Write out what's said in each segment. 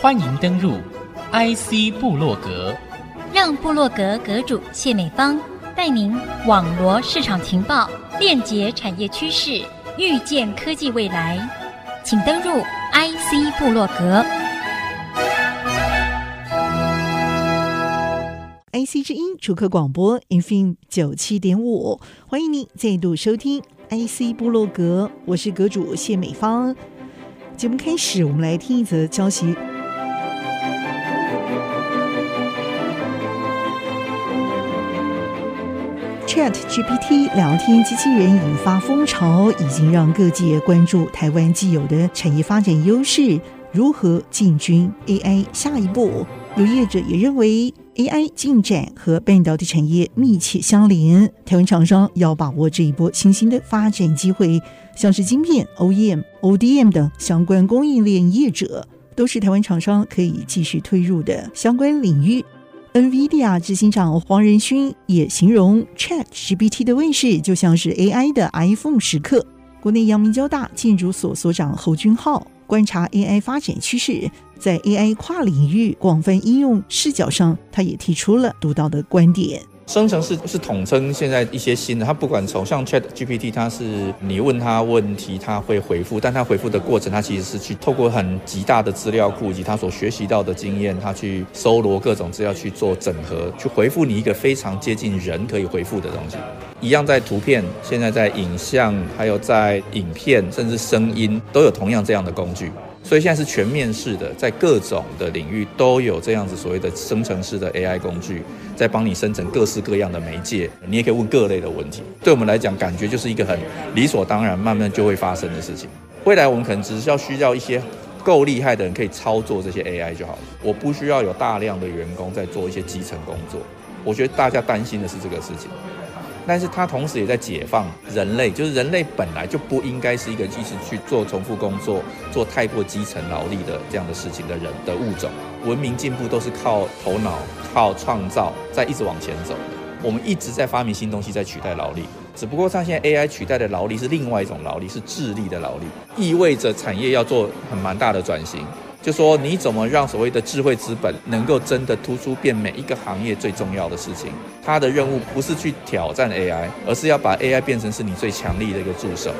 欢迎登入 IC 部落格，让部落格阁主谢美芳带您网罗市场情报，链接产业趋势，预见科技未来。请登入 IC 部落格。 IC 之音主客广播 FM 九七点五，欢迎您再度收听 IC 部落格，我是阁主谢美芳。节目开始，我们来听一则消息。Chat GPT 聊天机器人引发风潮，已经让各界关注台湾既有的产业发展优势如何进军 AI 下一步。有业者也认为，AI 进展和半导体产业密切相连，台湾厂商要把握这一波新兴的发展机会，像是晶片、OEM、ODM E 等相关供应链业者，都是台湾厂商可以继续推入的相关领域。NVIDIA 执行长黄仁勋也形容 ChatGPT 的问世就像是 AI 的 iPhone 时刻。国内阳明交大建筑所所长侯君浩观察 AI 发展趋势，在 AI 跨领域广泛应用视角上，他也提出了独到的观点。生成式是统称现在一些新的，它不管从像 Chat GPT，它是你问它问题，它会回复，但它回复的过程，它其实是去透过很极大的资料库以及它所学习到的经验，它去搜罗各种资料去做整合，去回复你一个非常接近人可以回复的东西。一样在图片，现在在影像，还有在影片，甚至声音，都有同样这样的工具。所以现在是全面式的，在各种的领域都有这样子所谓的生成式的 AI 工具，在帮你生成各式各样的媒介。你也可以问各类的问题。对我们来讲，感觉就是一个很理所当然、慢慢就会发生的事情。未来我们可能只是要需要一些够厉害的人可以操作这些 AI 就好了。我不需要有大量的员工在做一些基层工作。我觉得大家担心的是这个事情。但是它同时也在解放人类，就是人类本来就不应该是一个一直去做重复工作、做太过基层劳力的这样的事情的人的物种。文明进步都是靠头脑、靠创造，在一直往前走的。我们一直在发明新东西，在取代劳力。只不过它现在 AI 取代的劳力是另外一种劳力，是智力的劳力，意味着产业要做很蛮大的转型。就说你怎么让所谓的智慧资本能够真的突出变每一个行业最重要的事情？它的任务不是去挑战 AI，而是要把 AI 变成是你最强力的一个助手。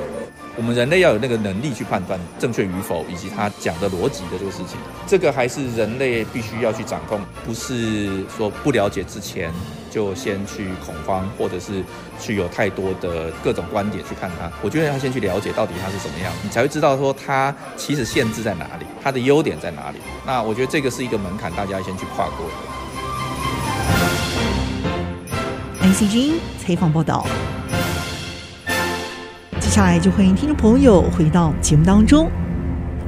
我们人类要有那个能力去判断正确与否，以及它讲的逻辑的这个事情。这个还是人类必须要去掌控，不是说不了解之前就先去恐慌，或者是去有太多的各种观点去看它。我觉得要先去了解到底它是什么样，你才会知道说它其实限制在哪里，它的优点。点在哪里？那我觉得这个是一个门槛，大家先去跨过。 NCG 采访报道。接下来就欢迎听众朋友回到节目当中，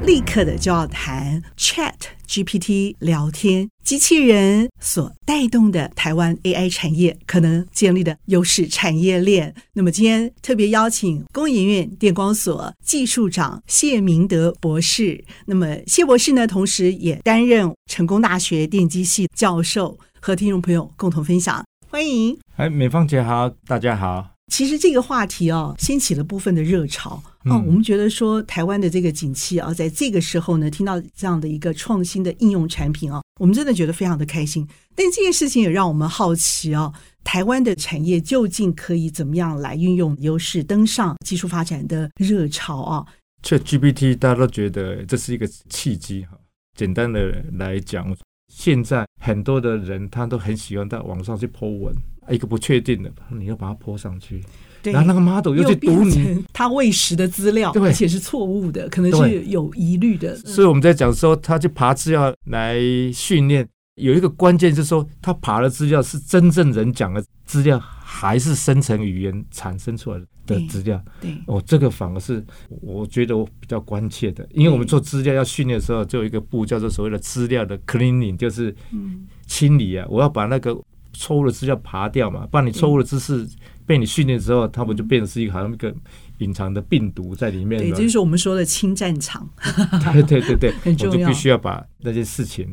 立刻的就要谈 Chat GPT 聊天机器人所带动的台湾 AI 产业可能建立的优势产业链。那么今天特别邀请工研院电光所技术长谢明德博士。那么谢博士呢，同时也担任成功大学电机系教授，和听众朋友共同分享。欢迎。哎，美芳姐好，大家好。其实这个话题哦，掀起了部分的热潮嗯哦。我们觉得说，台湾的这个景气啊，在这个时候呢，听到这样的一个创新的应用产品啊，我们真的觉得非常的开心。但这件事情也让我们好奇啊，台湾的产业究竟可以怎么样来运用优势，登上技术发展的热潮啊？这 GPT 大家都觉得这是一个契机哈。简单的来讲，现在很多的人他都很喜欢到网上去 Po 文。啊一个不确定的，你要把它泼上去，然后那个 model 又去读你他喂食的资料，而且是错误的，可能是有疑虑的。嗯所以我们在讲说，他去爬资料来训练，有一个关键就是说，他爬的资料是真正人讲的资料，还是生成语言产生出来的资料？对，对哦，这个反而是我觉得我比较关切的，因为嗯我们做资料要训练的时候，就有一个步叫做所谓的资料的 cleaning，就是嗯清理啊，我要把那个。错误的资料爬掉嘛，不然你错误的知识被你训练之后，它不就变成是一个好像一个隐藏的病毒在里面？嗯对，这就是我们说的侵战场。 对对对对， 很重要，我就必须要把那些事情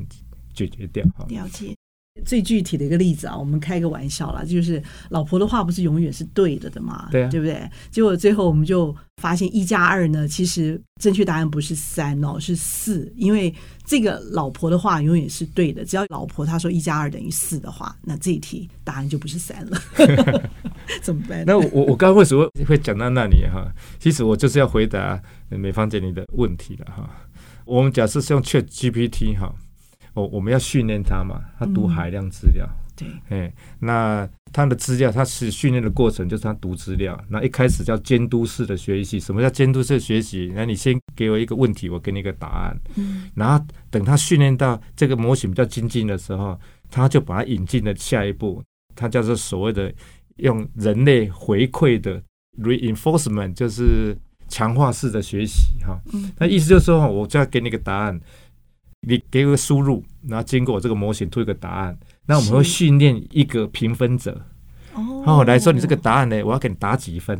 解决掉。了解。最具体的一个例子啊，我们开个玩笑啦，就是老婆的话不是永远是对的的嘛，对啊不对？结果最后我们就发现一加二呢，其实正确答案不是三哦，是四，因为这个老婆的话永远是对的，只要老婆她说一加二等于四的话，那这一题答案就不是三 了，怎么办？ 那我我我刚刚为什么会讲到那里哈？其实我就是要回答呃美芳姐你的问题了哈。我们假设是用 Chat GPT 哈，哦我我们要训练它嘛，它读嗯海量资料，对，哎，那它的资料，它是训练的过程，就是它读资料。那一开始叫监督式的学习，什么叫监督式的学习？那你先给我一个问题，我给你一个答案。嗯，然后等它训练到这个模型比较精进的时候，它就把它引进了下一步，它叫做所谓的用人类回馈的 reinforcement，就是强化式的学习哈。嗯那意思就是说，我就要给你一个答案，你给我个输入，然后经过我这个模型出一个答案，那我们会是训练一个评分者，哦然后来说你这个答案呢，我要给你打几分。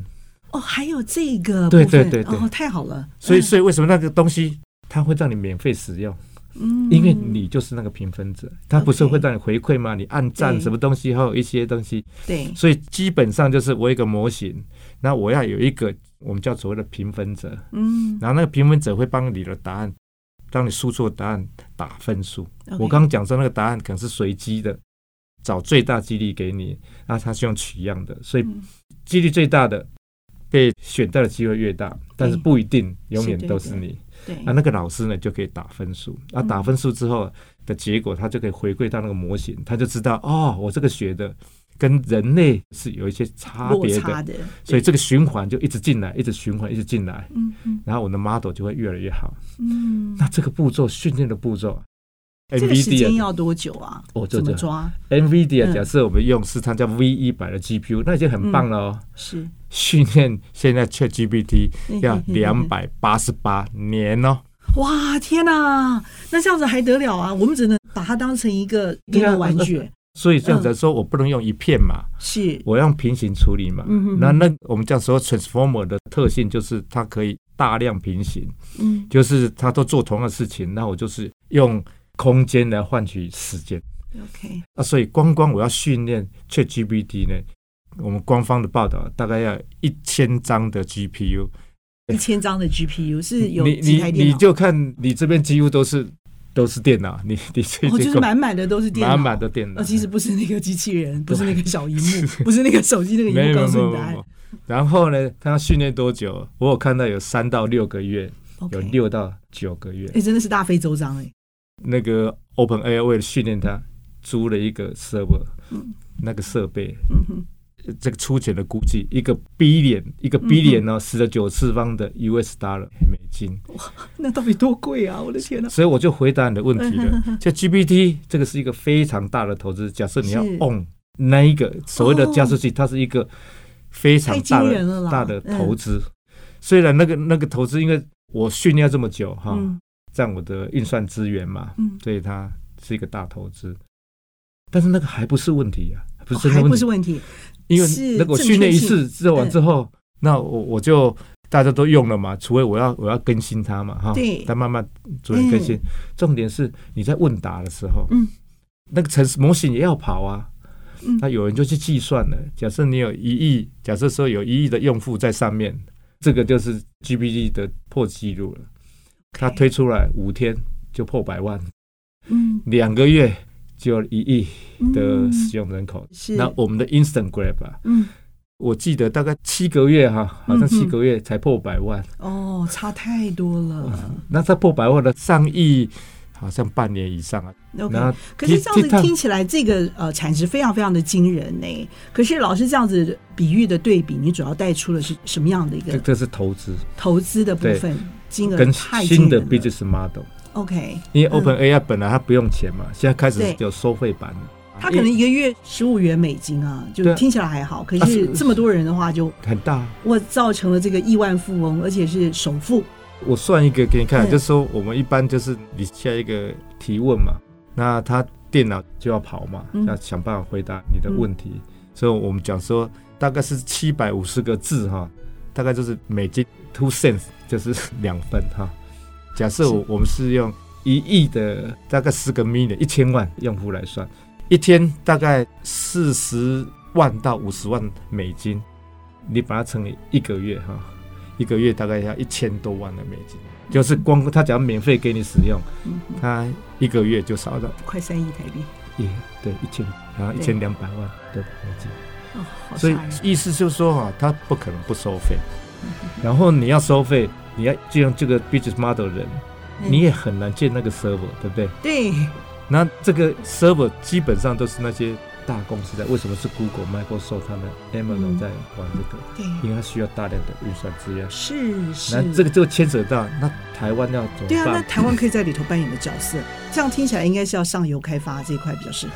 哦，还有这个对部分对对对哦，太好了，所以，所以为什么那个东西它会让你免费使用？嗯，因为你就是那个评分者，它不是 OK 会让你回馈吗？你按赞对什么东西，还有一些东西，对所以基本上就是我有一个模型，那我要有一个我们叫所谓的评分者，嗯，然后那个评分者会帮你的答案，让你输出的答案打分数。 OK 我刚刚讲说那个答案可能是随机的，找最大几率给你，那它是用取样的，所以嗯几率最大的被选到的机会越大，但是不一定永远是对都是的你。对啊，那个老师呢就可以打分数，啊，嗯打分数之后的结果，他就可以回馈到那个模型，他就知道哦，我这个学的跟人类是有一些差落别差的，的，所以这个循环就一直进来，一直循环，一直进来，嗯嗯然后我的 model 就会越来越好。嗯，那这个步骤训练的步骤啊这个时间，NVIDIA 要多久啊？哦这怎么这抓？嗯 NVIDIA 假设我们用是它叫 V 一百的 GPU，那已经很棒了嗯哦。是训练现在 ChatGPT 要嗯嗯嗯两百八十八年哦。哇，天哪！那这样子还得了啊？我们只能把它当成一个一对啊个玩具，所以这样子来说，我不能用一片嘛， 是我用平行处理嘛。嗯哼那那我们这样说，transformer 的特性就是它可以大量平行，嗯，就是它都做同样的事情，那我就是用空间来换取时间。 OK，那所以光光我要训练 ChatGPT 呢，我们官方的报道大概要一千张的 GPU，一千张的 GPU 是有你几你台电你脑？就看你这边几乎都是都是电脑， 你你这哦，就这是个满满的都是电脑，满满的电脑哦，其实不是那个机器人，不是那个小荧 幕，不是那个手机那个没荧幕告有没诉有你没答有没案有。然后呢，他要训练多久？我有看到有三到六个月，有 OK，六到九个月。哎，真的是大费周章哎。那个 Open AI 为了训练他，租了一个 server，、嗯那个设备，嗯哼，呃这个粗浅的估计，一个 billion 一个嗯 billion 呢、十的九次方的 US dollar 美金。那到底多贵啊？我的天哪！所以我就回答你的问题了。嗯就 GPT 这个是一个非常大的投资，假设你要是 on 那一个所谓的哦加速器，它是一个非常太大惊人了的啦嗯大的投资。虽然那个那个投资，因为我训练了这么久哈，嗯占我的运算资源嘛，嗯，所以它是一个大投资。但是那个还不是问题啊，不哦是真还的问不题是，问题，因为是那个我正训练确一性嗯次之后完之后，那我我就大家都用了嘛，除非我要我要更新它嘛，哈，对它慢慢逐渐更新。嗯重点是你在问答的时候，嗯，那个程式模型也要跑啊。嗯那有人就去计算了。假设你有一亿，假设说有一亿的用户在上面，这个就是 GPT 的破纪录了。它推出来五天就破百万，嗯两个月就有一亿的嗯使用人口。是那我们的 Instant Grab 啊，嗯我记得大概七个月哈、好像七个月才破百万。啊哦，差太多了。那它破百万的上亿，好像半年以上啊。 OK，那可是这样 TikTok- 子听起来，这个呃产值非常非常的惊人呢、可是老师这样子比喻的对比，你主要带出的是什么样的一这个这是投资投资的部分金额跟太惊新的人了。 business model， OK，因为 Open AI 本来它不用钱嘛，现在开始对有收费版了。啊他可能一个月十五元美金啊，就对听起来还好。可啊是是这么多人的话就，很大。我造成了这个亿万富翁，而且是首富。我算一个给你嗯看，就是说我们一般就是你下一个提问嘛，那它电脑就要跑嘛，嗯要想办法回答你的问题。所以我们讲说大概是七百五十个字哈，大概就是美金 two cents 就是两分哈。假设我我们是用一亿的大概十个 million 一千万用户来算，一天大概四十万到五十万美金，你把它乘以一个月哈，一个月大概要一千多万的美金，就是光他只要免费给你使用，嗯哼他一个月就少到快三亿台币，一对一千，然后一对千两百万的美金。哦，好吓所以人，意思就是说啊，他不可能不收费。嗯然后你要收费，你要就像这个 business model 的人，嗯你也很难建那个 server，对不对？对，那这个 server 基本上都是那些大公司在，为什么是 Google、Microsoft 他们 Amazon 嗯在玩这个？对，因为它需要大量的运算资料。是是那，这个就牵扯到那台湾要怎对啊么，那办？台湾可以在里头扮演的角色，这样听起来应该是要上游开发这一块比较适合。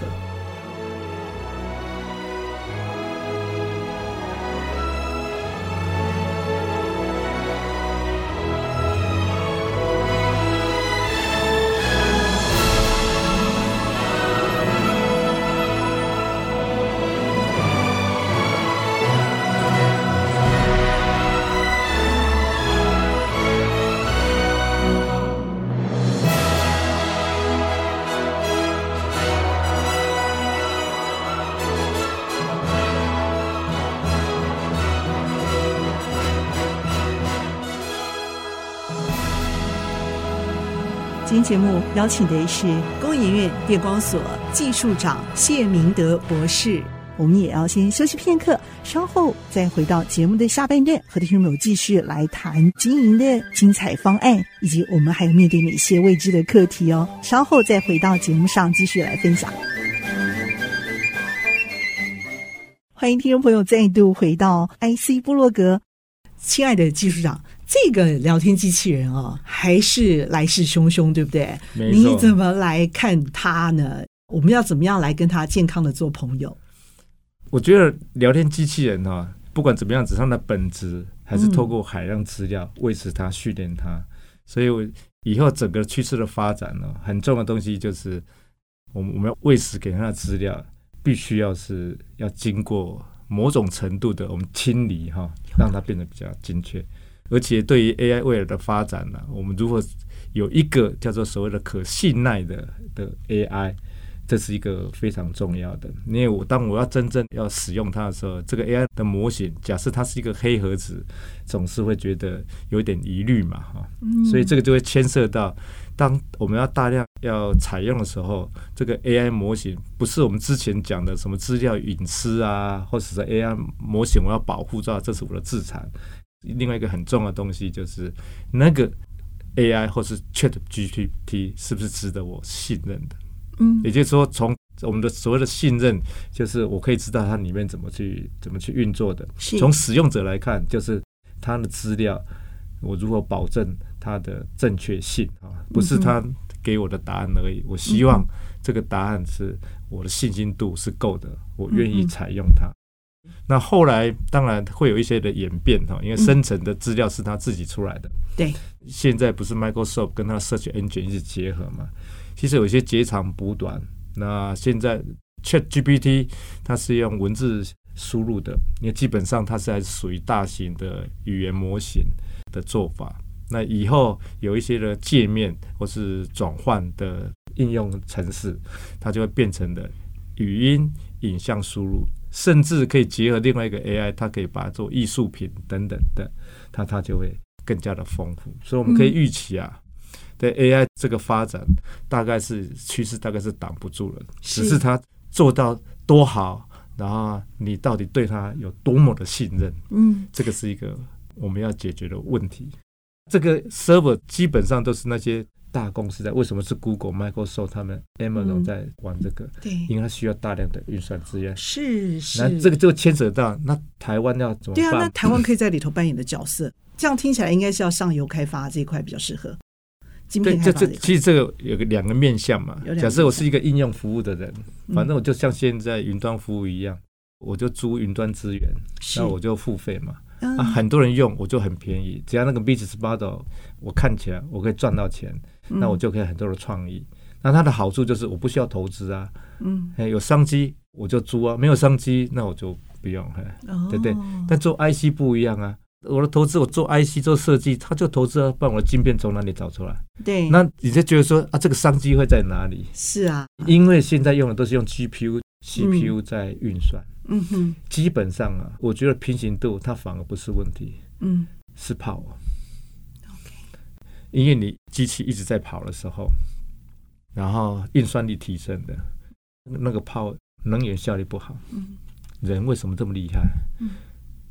今天节目邀请的是工研院电光所技术长谢明德博士。我们也要先休息片刻，稍后再回到节目的下半段，和听众朋友继续来谈经营的精彩方案，以及我们还有面对哪些未知的课题哦。稍后再回到节目上继续来分享。欢迎听众朋友再度回到 IC 部落格，亲爱的技术长，这个聊天机器人哦，还是来势汹汹，对不对？没错你怎么来看它呢？我们要怎么样来跟它健康的做朋友？我觉得聊天机器人哈、不管怎么样，只上的本质还是嗯透过海量资料喂食它、训练它。所以，我以后整个趋势的发展呢、很重要的东西就是，我们我们要喂食给它的资料，必须要是要经过某种程度的我们清理哈、让它变得比较精确。而且对于 AI 未来的发展呢、我们如何有一个叫做所谓的可信赖的的 AI，这是一个非常重要的。因为我当我要真正要使用它的时候，这个 AI 的模型，假设它是一个黑盒子，总是会觉得有点疑虑嘛，哈、所以这个就会牵涉到，当我们要大量要采用的时候，这个 AI 模型不是我们之前讲的什么资料隐私啊，或者是 AI 模型我要保护到，这是我的资产。另外一个很重要的东西就是那个 AI 或是 Chat GPT 是不是值得我信任的？嗯也就是说，从我们的所谓的信任，就是我可以知道它里面怎么去怎么去运作的。是从使用者来看，就是它的资料，我如何保证它的正确性啊？不是它给我的答案而已。我希望这个答案是我的信心度是够的，我愿意采用它。那后来当然会有一些的演变哈，因为生成的资料是它自己出来的。对，现在不是 Microsoft 跟它的 Search Engine 一起结合嘛？其实有些截长补短。那现在 Chat GPT 它是用文字输入的，因为基本上它是还是属于大型的语言模型的做法。那以后有一些的界面或是转换的应用程式，它就会变成的语音、影像输入，甚至可以结合另外一个 AI，它可以把它做艺术品等等的，它它就会更加的丰富。所以我们可以预期啊，对 AI 这个发展大概是趋势，大概是挡不住了，是只是它做到多好，然后你到底对它有多么的信任，嗯，这个是一个我们要解决的问题。这个 server 基本上都是那些大公司在，为什么是 Google、Microsoft 他们 Amazon 嗯在玩这个？对，因为它需要大量的运算资源。是是。那这个就牵扯到那台湾要怎么对办？啊，那台湾可以在里头扮演的角色，这样听起来应该是要上游开发这一块比较适合。晶对片开这发这这一块，其实这个有个两个面向嘛有两个。面假向设我是一个应用服务的人，嗯反正我就像现在云端服务一样，我就租云端资源，是那我就付费嘛。嗯啊，很多人用我就很便宜，只要那个 business model 我看起来我可以赚到钱，嗯那我就可以很多的创意。那它的好处就是我不需要投资啊，嗯，哎，有商机我就租啊，没有商机那我就不用，哎，哦对不对？但做 IC 不一样啊，我的投资，我做 IC 做设计，他就投资啊，把我的晶片从哪里找出来？对，那你就觉得说啊，这个商机会在哪里？是啊，因为现在用的都是用 GPU、CPU 在运算，嗯哼，基本上啊，我觉得平行度它反而不是问题，嗯是跑。因为你机器一直在跑的时候，然后运算力提升的，那个泡能源效率不好。嗯，人为什么这么厉害？嗯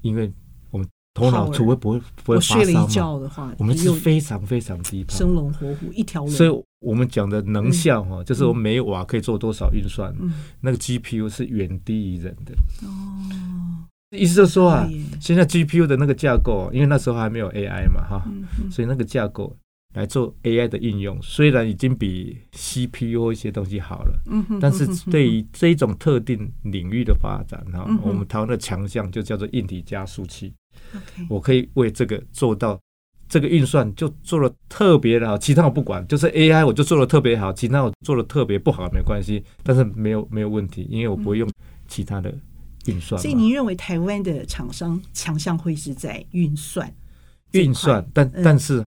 因为我们头脑 Power 除非不会不会我发睡了一烧嘛，觉的话，我们是又非常非常低泡。生龙活虎一条龙，所以我们讲的能效哈、就是我们每瓦可以做多少运算，嗯那个 GPU 是远低于人的。哦，意思就是说啊对耶，现在 GPU 的那个架构，因为那时候还没有 AI 嘛哈，嗯哼所以那个架构来做 AI 的应用，虽然已经比 CPU 或一些东西好了，嗯哼，但是嗯哼对于这一种特定领域的发展哈嗯，哼我们台湾的强项就叫做硬体加速器， OK 我可以为这个做到。这个运算就做的特别的好，其他我不管，就是 AI 我就做的特别好，其他我做的特别不好没关系，但是没有没有问题，因为我不会用其他的运算嘛。所以您认为台湾的厂商强项会是在运算这一块运算，，但嗯但是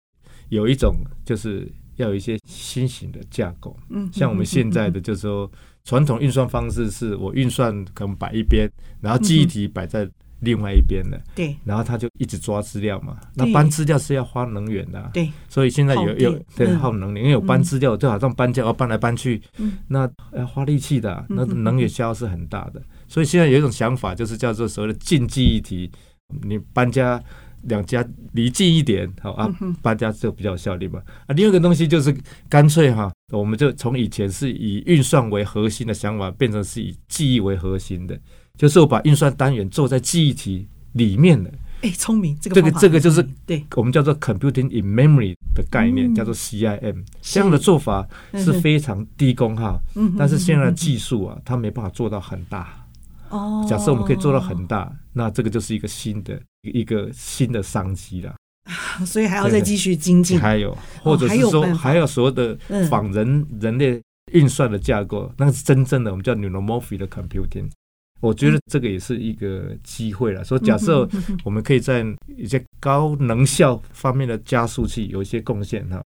有一种就是要有一些新型的架构，嗯哼像我们现在的就是说传统运算方式是我运算可能摆一边，然后记忆体摆在另外一边的，嗯对然后它就一直抓资料嘛。对那搬资料是要花能源的啊、对，所以现在耗有电有对嗯耗能源，因为有搬资料，就好像搬家要搬来搬去，嗯那要花力气的啊，嗯那嗯嗯能源消耗是很大嗯的。所以现在有一种想法，就是叫做所谓的近记忆体，你搬家两家离近一点，好啊嗯，哼搬家就比较有效率嘛。啊，另外一个东西就是干脆哈，我们就从以前是以运算为核心的想法，变成是以记忆为核心的，就是我把运算单元做在记忆体里面的。哎，聪明，这个这个方法这个就是聪明对我们叫做 computing in memory 的概念，嗯叫做 CIM。是这样的做法是嗯哼非常低功耗，嗯哼但是现在的嗯技术啊，它没办法做到很大。哼哦，假设我们可以做到很大，那这个就是一个新的一个新的商机了。所以还要再继续精进。嗯哦还有，或者还是有说办法还有所有的嗯仿人人类运算的架构，那个是真正的我们叫 neuromorphic 的 computing。我觉得这个也是一个机会了。说假设嗯嗯哼嗯哼我们可以在一些高能效方面的加速器有一些贡献哈。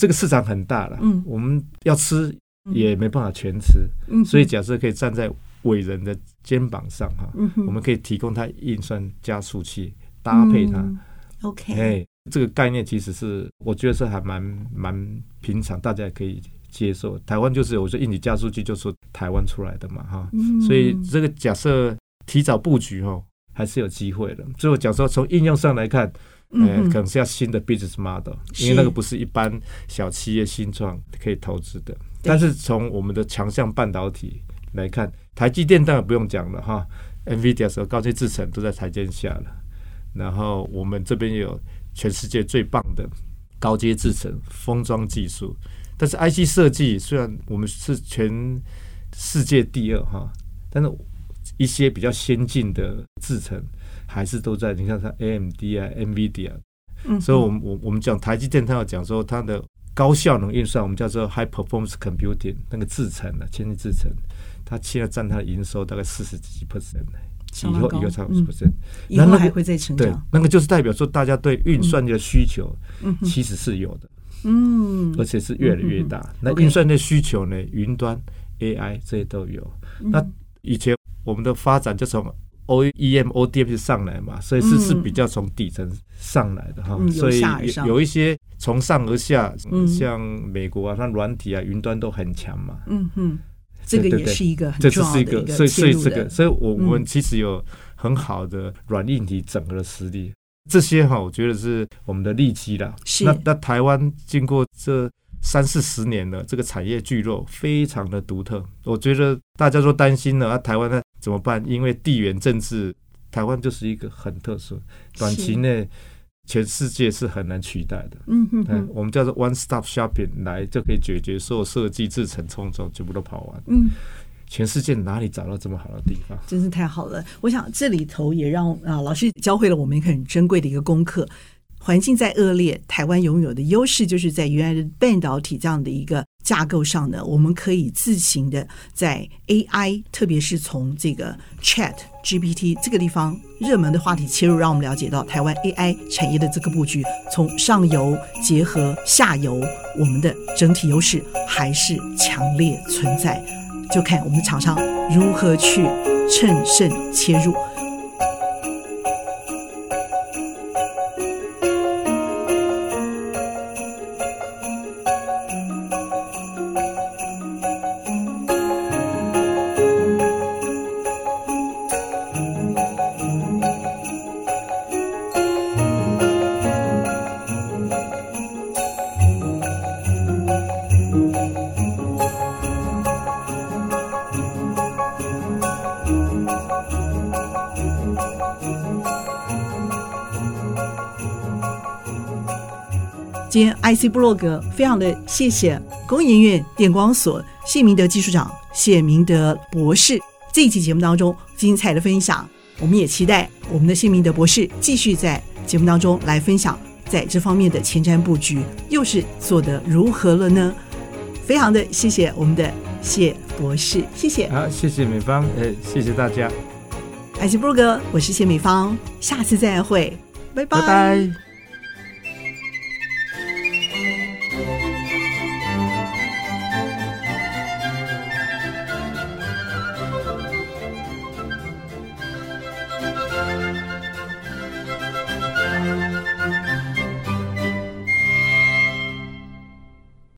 这个市场很大了，嗯我们要吃也没办法全吃，嗯哼 所以假设可以站在伟人的肩膀上哈，嗯哼我们可以提供他运算加速器搭配它，嗯 OK，哎，这个概念其实是我觉得是还蛮蛮平常，大家也可以接受。台湾就是我说印尼加速器就是台湾出来的嘛哈，嗯所以这个假设提早布局哦，还是有机会的。所以我讲说从应用上来看，呃，嗯哼可能是要新的 business model，是因为那个不是一般小企业新创可以投资的。但是从我们的强项半导体来看，台积电当然不用讲了哈，NVIDIA 和高阶制程都在台阶下了。然后我们这边也有全世界最棒的高阶制程封装技术，但是 IC 设计虽然我们是全世界第二哈，但是一些比较先进的制程还是都在，你看它 AMD 啊、NVIDIA 嗯所以我们我我们讲台积电，它要讲说它的高效能运算，我们叫做 high performance computing 那个制程啊，先进制程，它现在占它的营收大概四十几 percent，相以当后高以后才五十嗯 percent，以后那那个还会再成对长。，那个就是代表说大家对运算的需求嗯哼其实是有的，嗯而且是越来越大。那 OK 运算的需求呢，云端、AI 这些都有。嗯那以前我们的发展就从 E OEM、ODM 就上来嘛，所以是嗯是比较从底层上来的哈嗯，所以由下而上有有一些从上而下嗯，像美国啊，它软体啊、云端都很强嘛，嗯哼，这个对对也对是一个很这就重要是的一个个，所以所以切入这的个，所以我我嗯们其实有很好的软硬体整合的实力，这些哈，我觉得是我们的利基啦。是那那台湾经过这三四十年了，这个产业聚落非常的独特，我觉得大家都担心了，啊，台湾呢怎么办？因为地缘政治，台湾就是一个很特殊，短期内全世界是很难取代的。嗯哼嗯哼，，我们叫做 one stop shopping，来就可以解决所有设计、制成、冲撞，全部都跑完。嗯，全世界哪里找到这么好的地方？真是太好了！我想这里头也让啊、老师教会了我们一个很珍贵的一个功课。环境再恶劣，台湾拥有的优势就是在原来的半导体这样的一个架构上呢，我们可以自行的在 AI，特别是从这个 Chat GPT 这个地方热门的话题切入，让我们了解到台湾 AI 产业的这个布局，从上游结合下游，我们的整体优势还是强烈存在。就看我们厂商如何去趁胜切入。今天 IC 部落格非常的谢谢工研院电光所谢明德技术长、谢明德博士这一期节目当中精彩的分享，我们也期待我们的谢明德博士继续在节目当中来分享在这方面的前瞻布局又是做得如何了呢？非常的谢谢我们的谢博士，谢谢好，谢谢美方，呃，谢谢大家， IC 部落格，我是谢美芳，下次再会，拜拜。